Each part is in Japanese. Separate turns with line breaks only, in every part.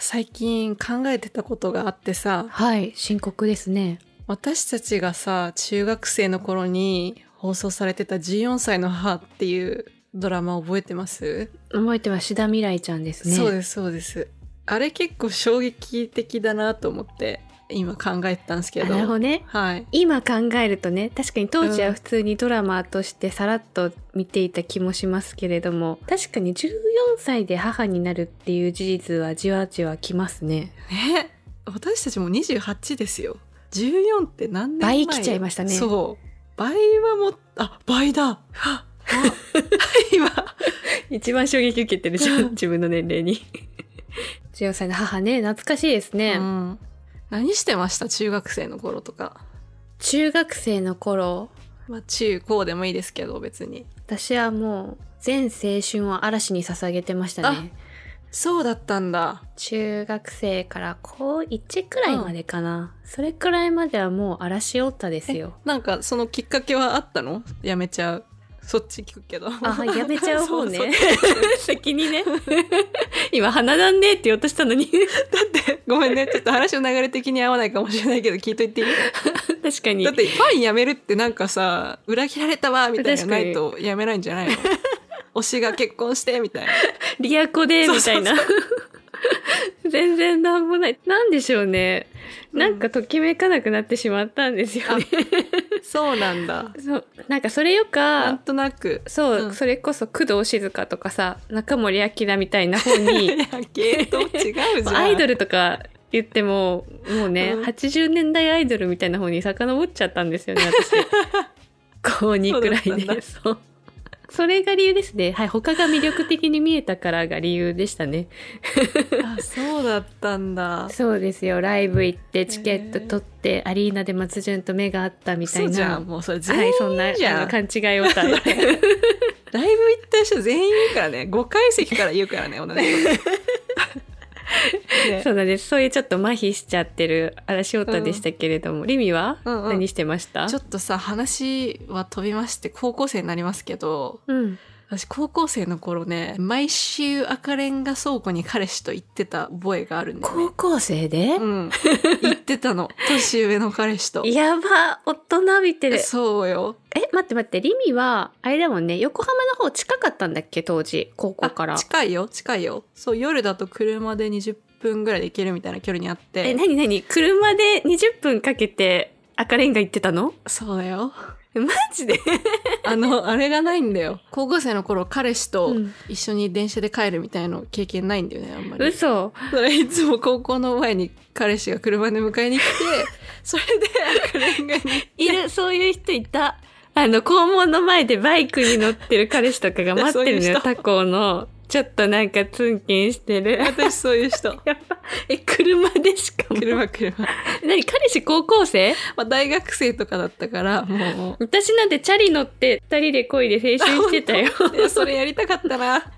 最近考えてたことがあってさ
はい深刻ですね
私たちがさ中学生の頃に放送されてた「14歳の母」っていうドラマ覚えてます、
覚えては志田未来ちゃんですね
そうですそうですあれ結構衝撃的だなと思って今考えてたんですけ
あ
ど
なるほどね
はい
今考えるとね確かに当時は普通にドラマとしてさらっと見ていた気もしますけれども確かに14歳で母になるっていう事実はじわじわきますね
ね私たちも28ですよ14って何年前
倍来ちゃいましたね
そう倍はもうあ倍だはあ今
一番衝撃受けてる
じゃん
自分の年 齢に14歳の母ね懐かしいですね、
うん、何してました中学生の頃とか、
中学生の頃
まあ、中高でもいいですけど別に
私はもう全青春を嵐に捧げてましたね
そうだったんだ
中学生から高1くらいまでかな、それくらいまではもう嵐オタですよ
なんかそのきっかけはあったのやめちゃうそっち聞くけど
あやめちゃう方 ね
そそ
先にね 今花なんねえって言おうとしたのに
ごめんねちょっと話の流れ的に合わないかもしれないけど聞いといていい
確かに
だってファンやめるってなんかさ裏切られたわみたいなのないとやめないんじゃないの推しが結婚してみたいな
リアコでみたいな 全然なんもないなんでしょうね
うん
なんかときめかなくなってしまったんですよね、
そうなんだ
そうなんかそれよか
なんとなく
そう、
うん
それこそ工藤静香とかさ中森明菜みたいな方に
いや系統違うじゃん
アイドルとか言ってももうね、
うん
80年代アイドルみたいな方に遡っちゃったんですよね 私高2くら
そうだ
い
ったん
で
だ
そうそれが理由ですねはい他が魅力的に見えたからが理由でしたね
あそうだったんだ
そうですよライブ行ってチケット取って、アリーナで松潤と目が合ったみたい
そう
な
じゃんもうそれ
は
全
い
員
そんな
じゃん
あの勘違いを た
ライブ行った人全員言うからね5階席から言うからね同じこと ね
そうなんです。そういうちょっと麻痺しちゃってる嵐太でしたけれども、リミは
うんうん
何してました、うん
ちょっとさ話は飛びまして高校生になりますけど私高校生の頃ね毎週赤レンガ倉庫に彼氏と行ってた覚えがあるんだよね
高校生で、
うん行ってた の年上の彼氏と
やば、大人びてる。
そうよ
え、待って待って、リミは、あれだもんね、横浜の方近かったんだっけ、当時、高校
あ
から。
近いよ近いよそう夜だと車で20分ぐらいで行けるみたいな距離にあっ
え、
て
なになに車で20分かけて赤レンガ行ってたの
そうだよ
マジで、
あの、あれがないんだよ。高校生の頃、彼氏と
うん
一緒に電車で帰るみたいな経験ないんだよね、あんまり。
嘘。
だからいつも高校の前に彼氏が車で迎えに来て、それで赤レンガに
いる、そういう人いた。あの、校門の前でバイクに乗ってる彼氏とかが 待ってるの
いや
よ、
そういう
他校の。ちょっとなんかツンケンしてる。
私そういう人。
やっぱ、え、車でしかも。
車車。ま
何彼氏高校生
あ大学生とかだったから、も
私なんてチャリ乗って二人で恋で青春してたよ。
う。いやそれやりたかったな。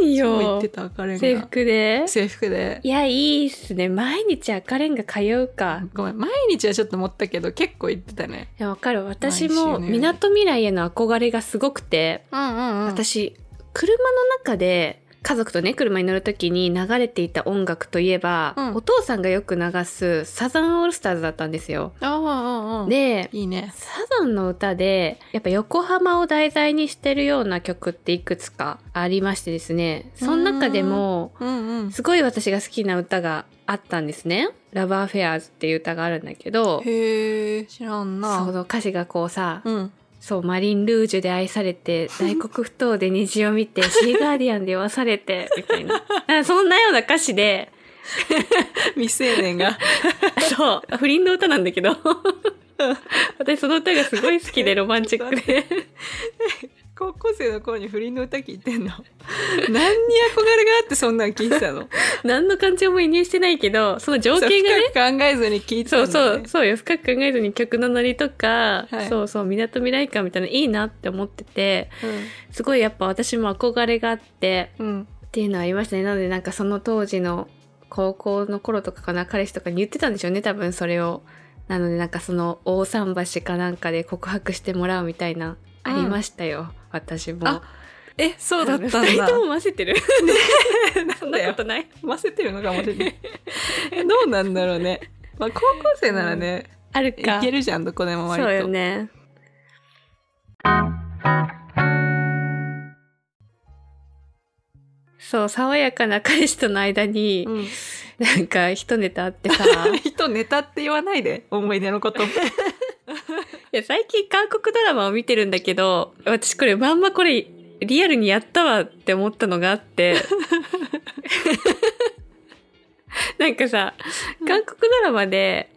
何
そう言っ
よ
て。た赤レンガ。
制服で。
制服で
い。や、いいっすね。毎日赤レンガ通うか。
ごめん、毎日はちょっと持ったけど、結構行ってたね。
いや、わかる。私
毎週のよ
も、
うに
みなとみらいへの憧れがすごくて、
うんうんうん私、
私、車の中で、家族とね、車に乗るときに流れていた音楽といえば、
うん
お父さんがよく流すサザンオールスターズだったんですよ。
ああ、うんうん。
で、
いいね。
サザンの歌でやっぱ横浜を題材にしてるような曲っていくつかありましてですねその中でも
うんうん。
すごい私が好きな歌があったんですね「ラバーフェアーズ」っていう歌があるんだけど
へえ、知らんな。
その歌詞がこうさ、
うん。
そうマリン・ルージュで愛されて大黒不当で虹を見 てシーガーディアンで酔わされてみたいななんかそんなような歌詞 で
未成年が。
そう、不倫の歌なんだ けど。私その歌がすごい好きでロマンチックで。
高校生の頃に不倫の歌聞いてんの 何に憧れがあってそんなん聞いてた の
何の感情も移入してないけど、その情
そう
景がね、
深く考えずに聞いてた
そ
の
う
ね
そう、そうよ、深く考えずに曲のノリとか、
はい
そうそう、港未来館みたいなのいいなって思ってて、すごいやっぱ私も憧れがあって、
うん、うん、
っていうのはありましたね。なのでなんかその当時の高校の頃とかかな、彼氏とかに言ってたんでしょうね、多分それを。なのでなんかその大桟橋かなんかで告白してもらうみたいな、ありましたよ、私も。
あ え、そうだ ったんだ。
二人とも混ぜてる。そんなことない。
混ぜてるのかもしれない。 えどうなんだろうね。まあ、高校生ならね、
ある
い
か。
けるじゃん、どこでも割と。
そうよね。そう爽やかな彼氏との間に、
うん。
なんか一ネタあってさ
人ネタって言わないで、思い出のこと。
いや最近韓国ドラマを見てるんだけど私これまんまこれリアルにやったわって思ったのがあって なんかさ韓国ドラマで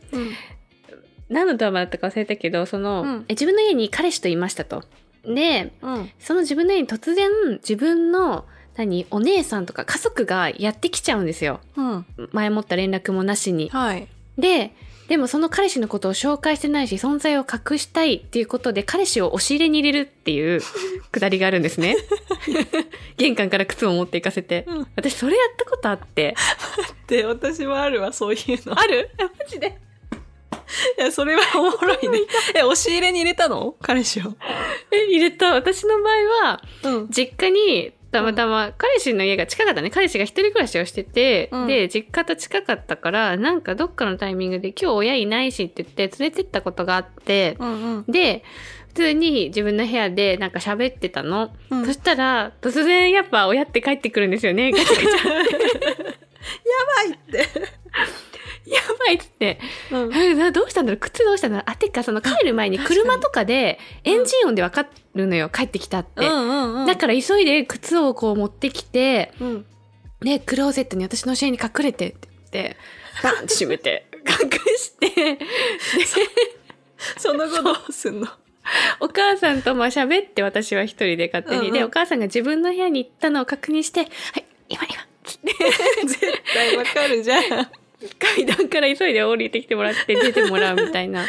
何のドラマだったか忘れたけどその、
うん
え自分の家に彼氏といましたと。で
うん。
その自分の家に突然自分の何お姉さんとか家族がやってきちゃうんですよ
うん。
前もった連絡もなしに。
はい。
ででもその彼氏のことを紹介してないし存在を隠したいっていうことで彼氏を押し入れに入れるって いうくだりがあるんです ね。玄関から靴を持っていかせて
うん。
私それやったことあって。
で、私もあるわ、そういうの。
あるえマジで
いや、それは おもろいね。え、押し入れに入れたの彼氏を。
え入れた私の場合は
うん。
実家にたまたま彼氏の家が近かったね彼氏が一人暮らしをしてて、
うん
で実家と近かったからなんかどっかのタイミングで今日親いないしって言って連れてったことがあって、
うん
で普通に自分の部屋でなんか喋ってたの、
うん。
そしたら突然やっぱ親って帰ってくるんですよねガチャ ガチャ
いって。
やばいっつって
うん。
えなどうしたんだろう靴どうしたんだろうあてかその帰る前に車とかでエンジン音で分かるのよ帰ってきたって、
うんうん。
だから急いで靴をこう持ってきて、
うん。
ね、クローゼットに私の教えに隠れてって言って、バンって閉めて、隠して、
その後どうすんの
お母さんとまあ喋って私は一人で勝手に、
うんうん
で、お母さんが自分の部屋に行ったのを確認して、はい、今今、つって
絶対わかるじゃん。
階段から急いで降りてきてもらって出てもらうみた いな。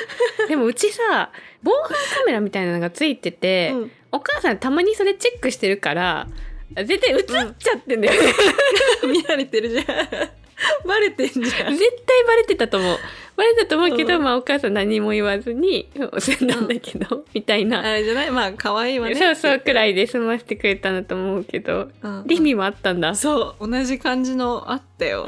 でもうちさ、防犯カメラみたいなのがついてて、
うん
お母さんたまにそれチェックしてるから、絶対映っちゃってんだよね。
見られてるじゃん。バレてんじゃん。
絶対バレてたと思う。バレてたと思うけど、
うん
まあお母さん何も言わずに、済んだんだけど、みたい
あ
な。
れじゃないまあ、可愛いわね。
そうそうくらいで済ませてくれたんだと思うけど、
うん。
リミもあったんだ。
そう、同じ感じのあった よ。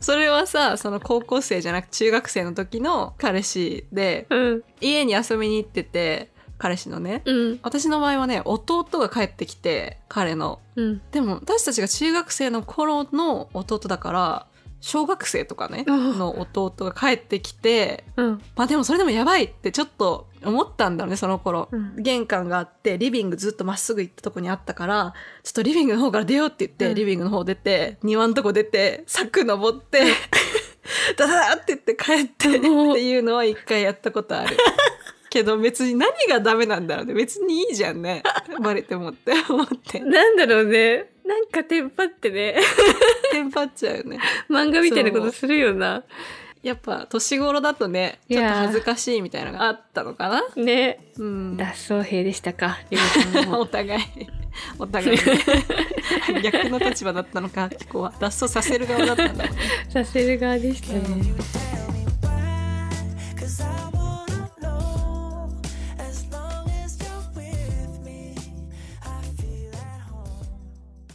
それはさ、その高校生じゃなく中学生の時の彼氏で、
うん、
家に遊びに行ってて、彼氏のね。
うん、
私の場合はね、弟が帰ってきて、彼の。
うん。
でも、私たちが中学生の頃の弟だから、小学生とかね、
うん
の弟が帰ってきて、
うん、
まあでもそれでもやばいってちょっと思ったんだろうね、その頃。
うん
玄関があって、リビングずっとまっすぐ行ったとこにあったから、ちょっとリビングの方から出ようって言って、
うん
リビングの方出て、庭のとこ出て、柵登 って、ダダダって言って帰ってっていうのは一回やったこと ある。けど別に何がダメなんだろうね。別にいいじゃんね。バレてもって思って。
なんだろうね。なんかテンパっ てね、
テンパっちゃうよね。
漫画みたいなことするよな。
やっぱ年頃だとね、
い
ちょっ
やー
と恥ずかしいみたいなのがあったのかな。
ね。
うん。
脱走兵でしたか、リ ミさん
お
も。
互いお互い 逆の立場だったのかこう脱走させる側だったんだもんね
させる側でしたね。
Tell